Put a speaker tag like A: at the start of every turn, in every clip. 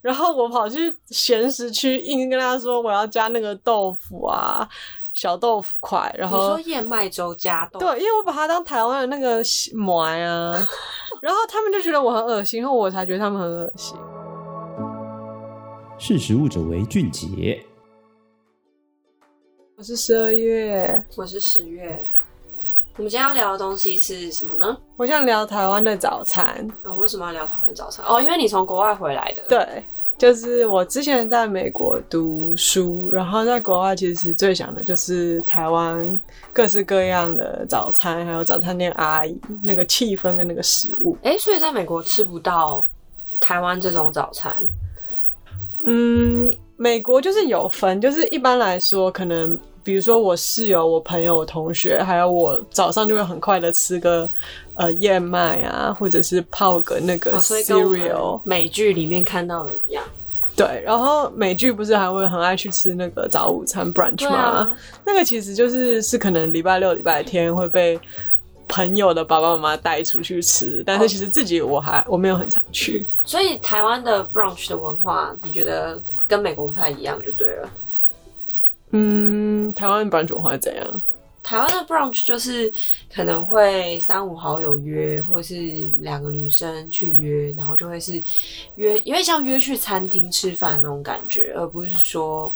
A: 然后我跑去咸食区，硬跟他说我要加那个豆腐啊，小豆腐块，然
B: 你
A: 后
B: 说燕麦粥加豆，
A: 对，因为我把它当台湾的那个馍 啊，然后他们就觉得我很恶心，然后我才觉得他们很恶心。
C: 识时务者为俊杰。
A: 我是十二月，
B: 我是十月。我们今天要聊的东西是什么呢？
A: 我想聊台湾的早餐。
B: 啊、为什么要聊台湾早餐？哦，因为你从国外回来的。，
A: 对，就是我之前在美国读书，然后在国外其实最想的就是台湾各式各样的早餐，还有早餐店阿姨那个气氛跟那个食物。
B: 哎、所以在美国吃不到台湾这种早餐。
A: 嗯，美国就是有分，就是一般来说可能。比如说，我室友、我朋友、我同学，还有我早上就会很快的吃个呃燕麦啊，或者是泡个那个
B: 哦，所以跟我
A: cereal，、
B: 们美剧里面看到的一样。
A: 对。然后美剧不是还会很爱去吃那个早午餐 brunch
B: 对
A: 吗？
B: 啊，
A: 那个其实就是是可能礼拜六、礼拜天会被朋友的爸爸妈妈带出去吃，但
B: 哦
A: 是其实自己我还我没有很常去。
B: 所以台湾的 brunch 的文化，你觉得跟美国不太一样就对了。
A: 嗯，台湾版主会怎样？
B: 台湾的 brunch 就是可能会三五好友约，或是两个女生去约，然后就会是约，因为像约去餐厅吃饭那种感觉，而不是说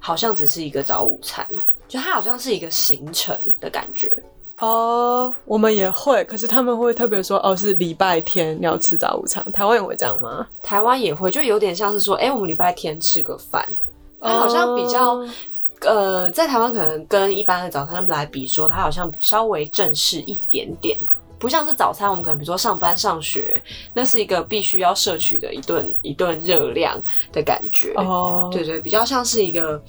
B: 好像只是一个早午餐，就它好像是一个行程的感觉。
A: 哦、我们也会，可是他们会特别说哦是礼拜天要吃早午餐，台湾也会这样吗？
B: 台湾也会，就有点像是说，哎、我们礼拜天吃个饭，它好像比较
A: 哦
B: 呃，在台湾可能跟一般的早餐他们来比说，它好像稍微正式一点点，不像是早餐，我们可能比如说上班上学，那是一个必须要摄取的一顿一顿热量的感觉。
A: 哦
B: 对对，比较像是一个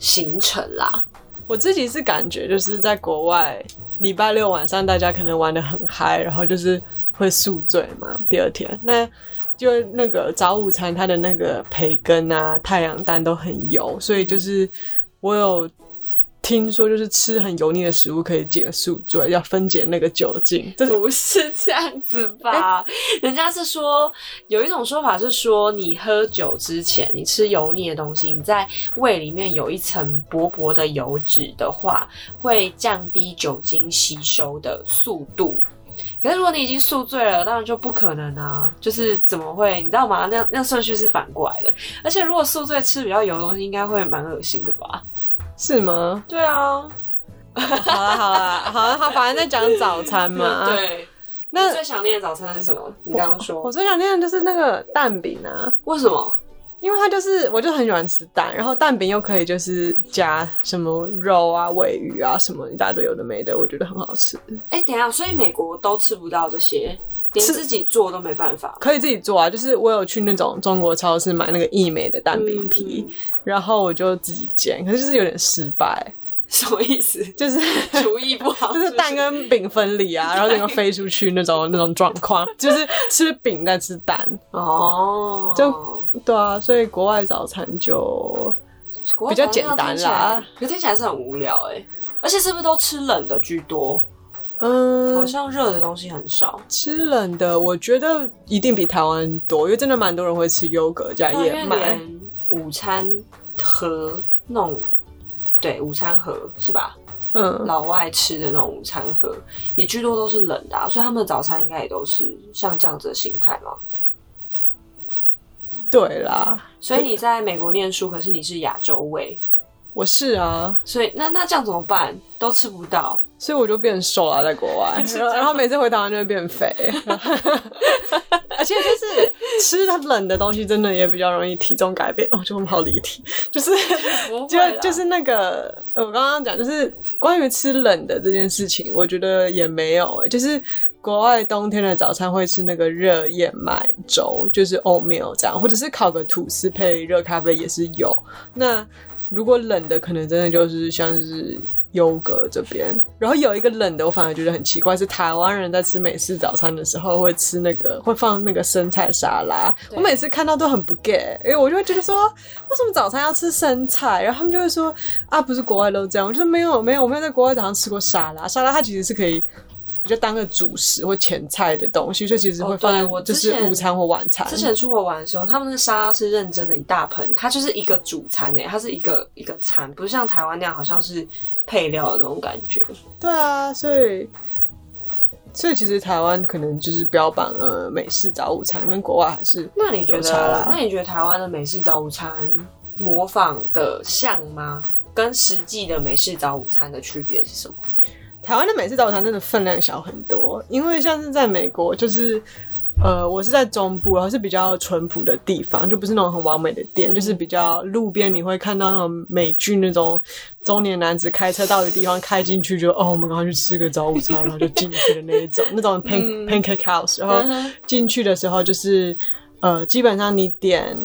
B: 行程啦。
A: 我自己是感觉就是在国外，礼拜六晚上大家可能玩的很嗨，然后就是会宿醉嘛，第二天那就那个早午餐它的那个培根啊、太阳蛋都很油，所以就是我有听说就是吃很油腻的食物可以解宿醉，要分解那个酒精，这是
B: 不是这样子吧？人家是说有一种说法是说，你喝酒之前，你吃油腻的东西，你在胃里面有一层薄薄的油脂的话，会降低酒精吸收的速度。可是如果你已经宿醉了，当然就不可能啊！就是怎么会，你知道吗？那那顺序是反过来的。而且如果宿醉吃比较油的东西，应该会蛮恶心的吧？
A: 是吗？
B: 对啊，
A: 好啦好啦好啦，好，反正在讲早餐嘛。，
B: 嗯 对。
A: 那
B: 那最想念的早餐是什么？你刚刚
A: 我
B: 说
A: 最想念的就是那个蛋饼啊。
B: 为什么？
A: 因为它就是，我就很喜欢吃蛋，然后蛋饼又可以就是加什么肉啊、尾鱼啊什么一大堆有的没的，我觉得很好吃。
B: 哎、等一下，所以美国都吃不到这些，连
A: 是
B: 自己做都没办法。
A: 可以自己做啊，就是我有去那种中国超市买那个益美的蛋饼皮，
B: 嗯嗯
A: 然后我就自己煎，可是就是有点失败，
B: 什么意思？
A: 就是
B: 厨艺不好，
A: 就是蛋
B: 哦是
A: 跟饼分离啊，然后整个飞出去那种那种状况，就是吃饼再吃蛋，
B: 不是哦，
A: 就对啊，所以国外早餐就
B: 国
A: 比
B: 外
A: 较
B: 早餐
A: 简单啦
B: 听起来，可听起来是很无聊哎、而且是不是都吃冷的居多？
A: 嗯，
B: 好像热的东西很少。
A: 吃冷的，我觉得一定比台湾多，因为真的蛮多人会吃优格加
B: 对啊因
A: 燕
B: 为
A: 麦。
B: 连午餐盒那种，对，午餐盒是吧？
A: 嗯，
B: 老外吃的那种午餐盒也居多都是冷的、啊，所以他们的早餐应该也都是像这样子的形态嘛。
A: 对啦，
B: 所以你在美国念书，可是你是亚洲胃，
A: 我是啊，
B: 所以那那这样怎么办？都吃不到，，
A: 所以我就变瘦了，在国外
B: 是这样
A: 然后每次回台湾就会变 肥，而且就是吃冷的东西真的也比较容易体重改变。哦，就我们好离题，就是
B: 不
A: 就
B: 会啦
A: 就是那个，呃我刚刚讲就是关于吃冷的这件事情，我觉得也没有哎、就是国外冬天的早餐会吃那个热燕麦粥，就是 oatmeal 这样，或者是烤个吐司配热咖啡也是有。那如果冷的，可能真的就是像是。优格这边，然后有一个冷的，我反而觉得很奇怪，是台湾人在吃美式早餐的时候会吃那个，会放那个生菜沙拉。
B: 对
A: 我每次看到都很不 get，因为我就会觉得说，为什么早餐要吃生菜？然后他们就会说啊，不是国外都这样。我就说没有没有，我没有在国外早上吃过沙拉，沙拉它其实是可以。比较当个主食或前菜的东西，所以其实
B: 哦
A: 会
B: 对
A: 放在
B: 我
A: 就
B: 之
A: 是
B: 前
A: 午餐或晚餐。
B: 之前出国玩的时候，他们那个沙拉是认真的一大盆，它就是一个主餐诶、它是一个一个餐，不是像台湾那样好像是配料的那种感觉。
A: 对啊，所以所以其实台湾可能就是标榜呃美式早午餐，跟国外还是
B: 那你觉
A: 有差
B: 得
A: 啦，
B: 那你觉得台湾的美式早午餐模仿的像吗？跟实际的美式早午餐的区别是什么？
A: 台湾的美式早餐真的分量小很多，因为像是在美国，就是呃，我是在中部，然后是比较淳朴的地方，就不是那种很完美的店，就是比较路边你会看到那种美剧那种中年男子开车到一个地方开进去就哦，我们赶快去吃个早午餐，然后就进去的那一种，那种 pan
B: 嗯
A: pancake house，然后进去的时候就是呃，基本上你点。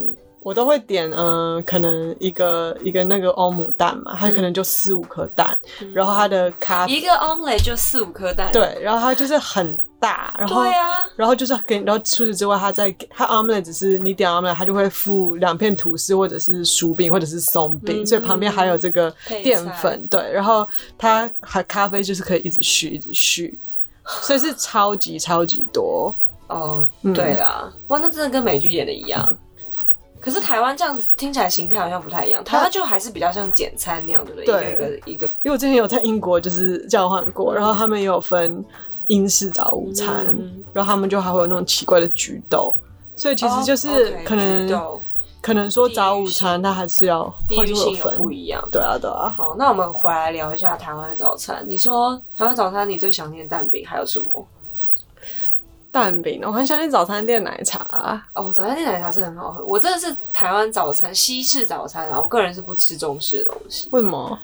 A: 我都会点，呃，可能一个一个那个欧姆蛋嘛，它可能就四五颗蛋，然后它的咖啡
B: 一个 omelet 就四五颗蛋，
A: 对，然后它就是很大，然后
B: 对啊，
A: 然后就是给，然后除此之外，它在给它 omelet 只是你点 omelet，它就会附两片吐司或者是薯饼或者是松饼，
B: 嗯
A: 所以旁边还有这个
B: 配
A: 淀
B: 菜
A: 粉，对，然后它还咖啡就是可以一直续一直续，所以是超级超级多。
B: 哦，
A: 嗯
B: 对啦，哇，那真的跟美剧演的一样。可是台湾这样子听起来形态好像不太一样，台湾就还是比较像简餐那样的，对不对？一个
A: 对
B: 一个一个
A: 因为我之前有在英国就是交换过，然后他们也有分英式早午餐，
B: 嗯
A: 然后他们就还会有那种奇怪的菊豆，所以其实就
B: 哦
A: 是
B: ，OK，
A: 可能、
B: 举豆
A: 可能说早午餐，它还是要
B: 地
A: 会
B: 域
A: 就
B: 性
A: 会
B: 有
A: 分。
B: 不一样。
A: 对啊，对啊，
B: 哦，那我们回来聊一下台湾的早餐。你说台湾早餐你最想念蛋饼还有什么？
A: 蛋饼，我很想念早餐店奶茶啊。
B: 哦，早餐店奶茶是很好喝。我真的是台湾早餐西式早餐啊，我个人是不吃中式的东西。
A: 为什么？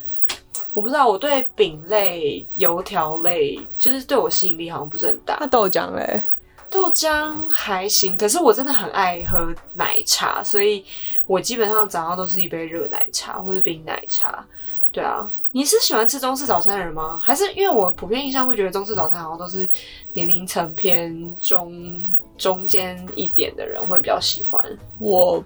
B: 我不知道我对饼类、油条类，就是对我吸引力好像不是很大
A: 那。豆浆嘞？
B: 豆浆还行，可是我真的很爱喝奶茶，所以我基本上早上都是一杯热奶茶或者冰奶茶。对啊，你是喜欢吃中式早餐的人吗？还是因为我普遍印象会觉得中式早餐好像都是年龄层偏中中间一点的人会比较喜欢。
A: 我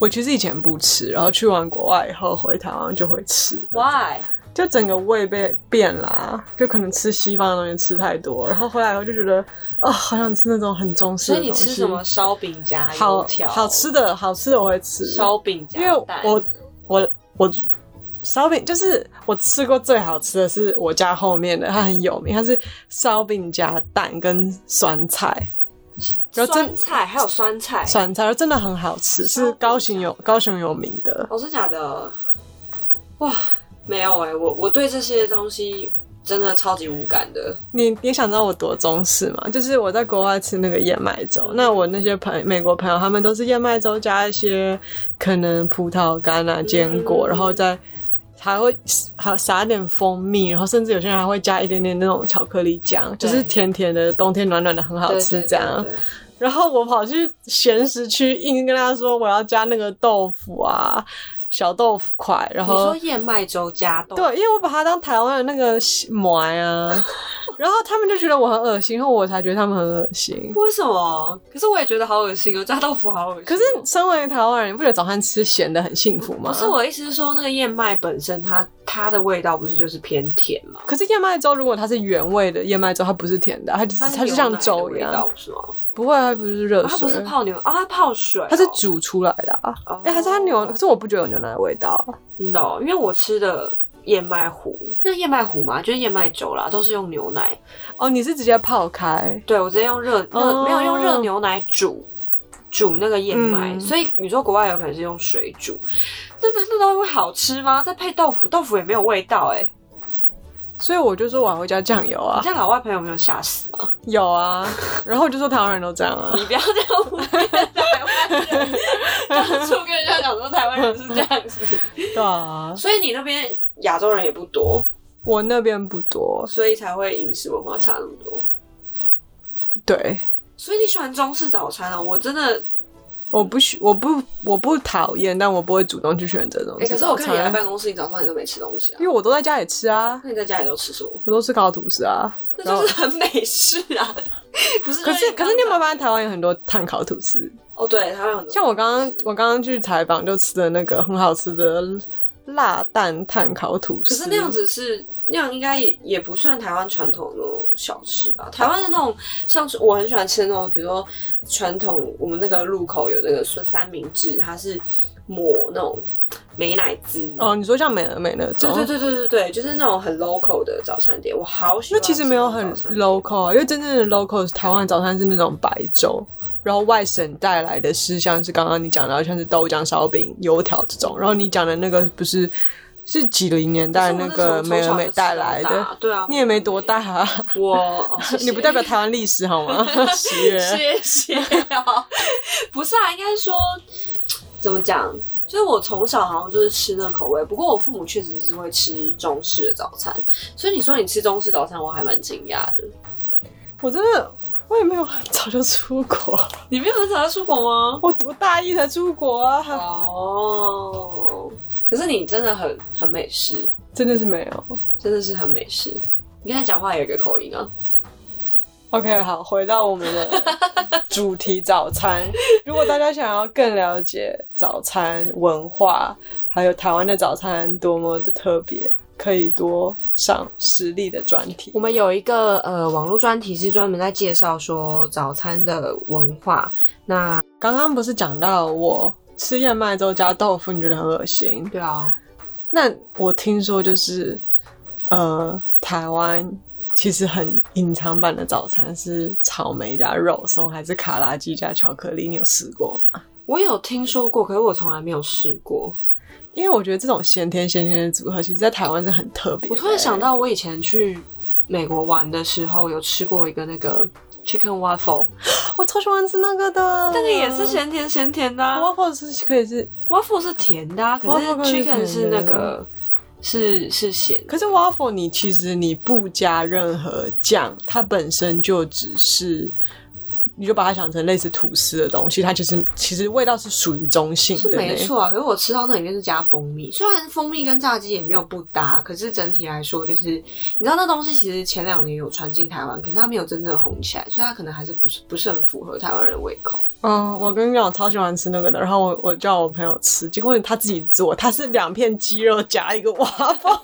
A: 我其实以前不吃，然后去完国外以后回台湾就会吃。
B: Why？
A: 就整个胃被变啦，就可能吃西方的东西吃太多，然后回来以后就觉得啊、好想吃那种很中式
B: 所
A: 的
B: 以
A: 东
B: 你
A: 西。
B: 吃什么烧饼夹油
A: 好
B: 条？
A: 好吃的好吃的我会吃，
B: 烧饼夹
A: 因为
B: 蛋。
A: 我我我烧饼就是我吃过最好吃的是我家后面的，它很有名，它是烧饼加蛋跟酸菜，然后真
B: 酸菜还有酸菜，
A: 酸菜真的很好吃，
B: 烧
A: 是
B: 饼
A: 高雄有高雄有名的。
B: 哦，真假的？哇，没有哎、我我对这些东西真的超级无感的。
A: 你你想知道我多中式吗？就是我在国外吃那个燕麦粥，那我那些朋美国朋友他们都是燕麦粥加一些可能葡萄干啊、坚果，
B: 嗯
A: 然后再还会还撒一点蜂蜜，然后甚至有些人还会加一点点那种巧克力酱，就是甜甜的，冬天暖暖的，很好吃
B: 对
A: 这样。啊
B: 对对对
A: 然后我跑去咸食区，硬跟他说我要加那个豆腐啊、小豆腐块，然
B: 你
A: 后
B: 说燕麦粥加豆，
A: 对，因为我把它当台湾的那个馍 啊，然后他们就觉得我很恶心，然后我才觉得他们很恶心。
B: 为什么？可是我也觉得好恶心哦，加豆腐好恶心哦。
A: 可是身为台湾人，你不觉得早餐吃咸的很幸福吗？
B: 不是我的意思是说，那个燕麦本身它它的味道不是就是偏甜吗？
A: 可是燕麦粥如果它是原味的燕麦粥，它不是甜的，它就是
B: 它是
A: 它就
B: 牛
A: 像
B: 奶的
A: 粥一
B: 味
A: 样
B: 道，，是吗？
A: 不会，它不是热
B: 啊它不
A: 水，
B: 是泡牛啊，它泡水哦、
A: 它是煮出来的啊。
B: 哦，
A: 哎、还是它牛，可是我不觉得有牛奶的味道。
B: no，因为我吃的燕麦糊，那燕麦糊嘛，就是燕麦粥啦，都是用牛奶。
A: 哦，你是直接泡开，
B: 对我直接用热热、
A: 哦
B: 没有用热牛奶煮煮那个燕麦，
A: 嗯
B: 所以你说国外有可能是用水煮，那那那东西会好吃吗？再配豆腐，豆腐也没有味道哎、
A: 所以我就说我还会加酱油
B: 你
A: 啊，
B: 这样老外朋友没有吓死吗？
A: 有啊，然后我就说台湾人都这样 啊。
B: 你不要这样污蔑台湾人，当初跟人家讲说台湾人是这样子，
A: 对啊，
B: 所以你那边亚洲人也不多，
A: 我那边不多，
B: 所以才会饮食文化差那么多。
A: 对。
B: 所以你喜欢中式早餐啊、我真的
A: 我不喜，我不，我不讨厌，但我不会主动去选择这种
B: 哎、
A: 吃
B: 可是我
A: 早
B: 看你来
A: 餐，
B: 办公室，你早上你都没吃东西啊
A: 因为，我都在家里吃啊，
B: 那你在家里都吃什么？
A: 我都吃烤吐司啊。
B: 那
A: 然后
B: 就是很美式啊，不是？
A: 可是可是你有没有
B: 办法？
A: 发现台湾有很多碳烤吐司？
B: 哦，对，台湾有很多
A: 像我刚刚我刚刚去采访就吃的那个很好吃的辣蛋碳烤吐
B: 可
A: 司，
B: 是那样子是那样，应该也也不算台湾传统的那种小吃吧。台湾的那种，像是我很喜欢吃的那种，比如说传统我们那个路口有那个酸三明治，它是抹那种美乃滋。
A: 哦，你说像美而美那种，
B: 对对对对对对，就是那种很 local 的早餐店，我好喜
A: 那
B: 欢。
A: 其实没有很 local 啊，因为真正的 local 台湾早餐是那种白粥，然后外省带来的是像是刚刚你讲的，像是豆浆、烧饼、油条这种，然后你讲的那个不是是几零年代
B: 但是我那
A: 个
B: 时候
A: 美而
B: 从小
A: 美
B: 就吃
A: 带
B: 到
A: 来
B: 大
A: 的，
B: 对啊，
A: 你也没多大啊，
B: 我，哦、 谢谢
A: 你不代表台湾历史好 吗？十月，
B: 谢谢哦，不是啊，应该说怎么讲？就是我从小好像就是吃那个口味，不过我父母确实是会吃中式的早餐，所以你说你吃中式早餐，我还蛮惊讶的。
A: 我真的我也没有很早就出国，
B: 你没有很早就出国吗？
A: 我我大一才出国啊，
B: 哦，可是你真的很很美式，
A: 真的是没有。
B: 真的是很美式。你刚才讲话有一个口音啊，
A: OK，好，回到我们的主题早餐。如果大家想要更了解早餐文化，还有台湾的早餐多么的特别，可以多上实力的专题
B: 我。们有一个呃网络专题是专门在介绍说早餐的文化，
A: 刚刚不是讲到我吃燕麦粥加豆腐，你觉得很恶心？
B: 对啊，
A: 那我听说就是，呃，台湾其实很隐藏版的早餐是草莓加肉松，还是卡拉鸡加巧克力？你有试过吗？
B: 我有听说过，可是我从来没有试过。
A: 因为我觉得这种先天先天的组合，其实在台湾是很特别的。欸
B: 我突然想到，我以前去美国玩的时候，有吃过一个那个 chicken waffle，
A: 我超喜欢吃那个的，
B: 那个也是咸甜咸甜的、啊、
A: waffle 是可以是，
B: ，waffle 是甜的、啊，可是
A: waffle 是甜
B: chicken
A: 的
B: 是那个是是咸的。
A: 可是 waffle 你其实你不加任何酱，它本身就只是。你就把它想成类似吐司的东西，它其实其实味道是属于中性
B: 是
A: 的呢
B: 没。错啊，可是我吃到那里面是加蜂蜜，虽然蜂蜜跟炸鸡也没有不搭，可是整体来说就是，你知道那东西其实前两年有传进台湾，可是它没有真正红起来，所以它可能还是不是不是很符合台湾人的胃口。
A: 嗯，我跟你讲，我超喜欢吃那个的。然后我我叫我朋友吃，结果他自己做，他是两片鸡肉夹一个 waffle，然 后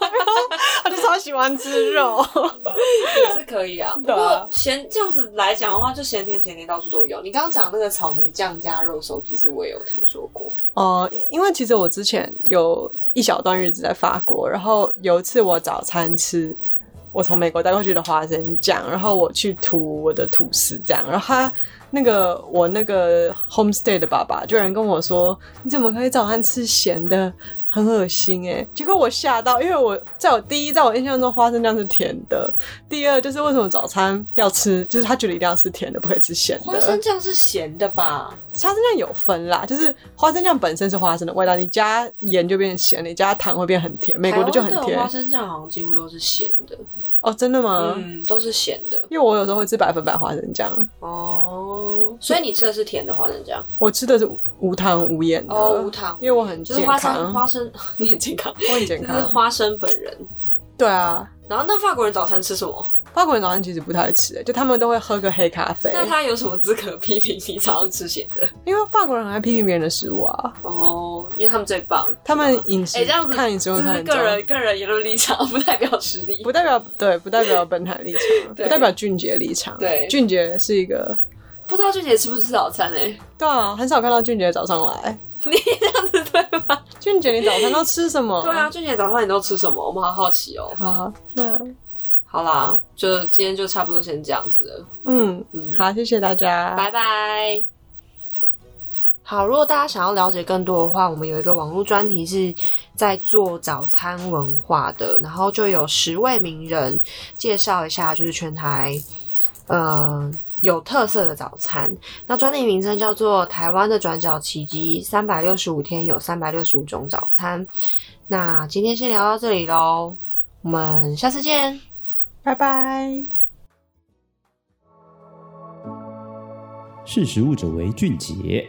A: 他就超喜欢吃肉。
B: 也是可以啊。不
A: 对啊
B: 过咸这样子来讲的话，就咸甜咸甜到处都有。你刚刚讲那个草莓酱加肉松，其实我也有听说过。
A: 哦、因为其实我之前有一小段日子在法国，然后有一次我早餐吃我从美国带过去的花生酱，然后我去涂我的吐司这样，然后他那个我那个 homestay 的爸爸就有人跟我说，你怎么可以早餐吃咸的？很恶心哎、结果我吓到，因为我在我第一，在我印象中花生酱是甜的，第二就是为什么早餐要吃，就是他觉得一定要吃甜的，不可以吃咸的。
B: 花生酱是咸的吧？
A: 花生酱有分啦，就是花生酱本身是花生的味道，你加盐就变咸，你加糖会变很甜。美国的就很
B: 台湾的
A: 甜
B: 花生酱好像几乎都是咸的，
A: 哦，真的吗？
B: 嗯，都是咸的
A: 因为我有时候会吃百分百花生酱，
B: 哦。所以你吃的是甜的花生酱
A: 我吃的是无糖无盐的，
B: 哦，无糖，
A: 嗯因为我很
B: 就是
A: 健
B: 花生
A: 康，
B: 花生， 你很健康，
A: 我很健
B: 就
A: 康
B: 是。花生本人。
A: 对啊，
B: 然后那法国人早餐吃什么？
A: 法国人早上其实不太吃、欸就他们都会喝个黑咖啡，
B: 那他有什么资格 批评你早上吃咸的？
A: 因为法国人很爱批评别人的食物啊，
B: 哦，因为他们最棒，
A: 他
B: 是
A: 们
B: 吧
A: 饮食、
B: 哎、这样子
A: 看饮食会
B: 这
A: 看
B: 是
A: 很
B: 个
A: 重
B: 人个人言论立场， 不代表实力。
A: 不代表对，不代表本台立场，
B: 对
A: 不代表俊杰立场。
B: 对
A: 俊杰是一个，
B: 不知道俊杰吃不吃早餐哎、
A: 对啊，很少看到俊杰早上 来。
B: 这样子对吗？
A: 俊杰，你早餐都吃什么？
B: 对啊，，俊杰早上你都吃什么？我们好好奇哦。
A: 好，那
B: 好啦，就今天就差不多先这样子了。
A: 嗯，
B: 嗯，
A: 好，谢谢大家，
B: 拜拜。好，如果大家想要了解更多的话，我们有一个网络专题是在做早餐文化的，然后就有十位名人介绍一下，就是全台呃有特色的早餐。那专题名称叫做《台湾的转角奇迹》，三百六十五天有三百六十五种早餐。那今天先聊到这里喽，我们下次见。
A: 拜拜。
C: 识时务者为俊杰。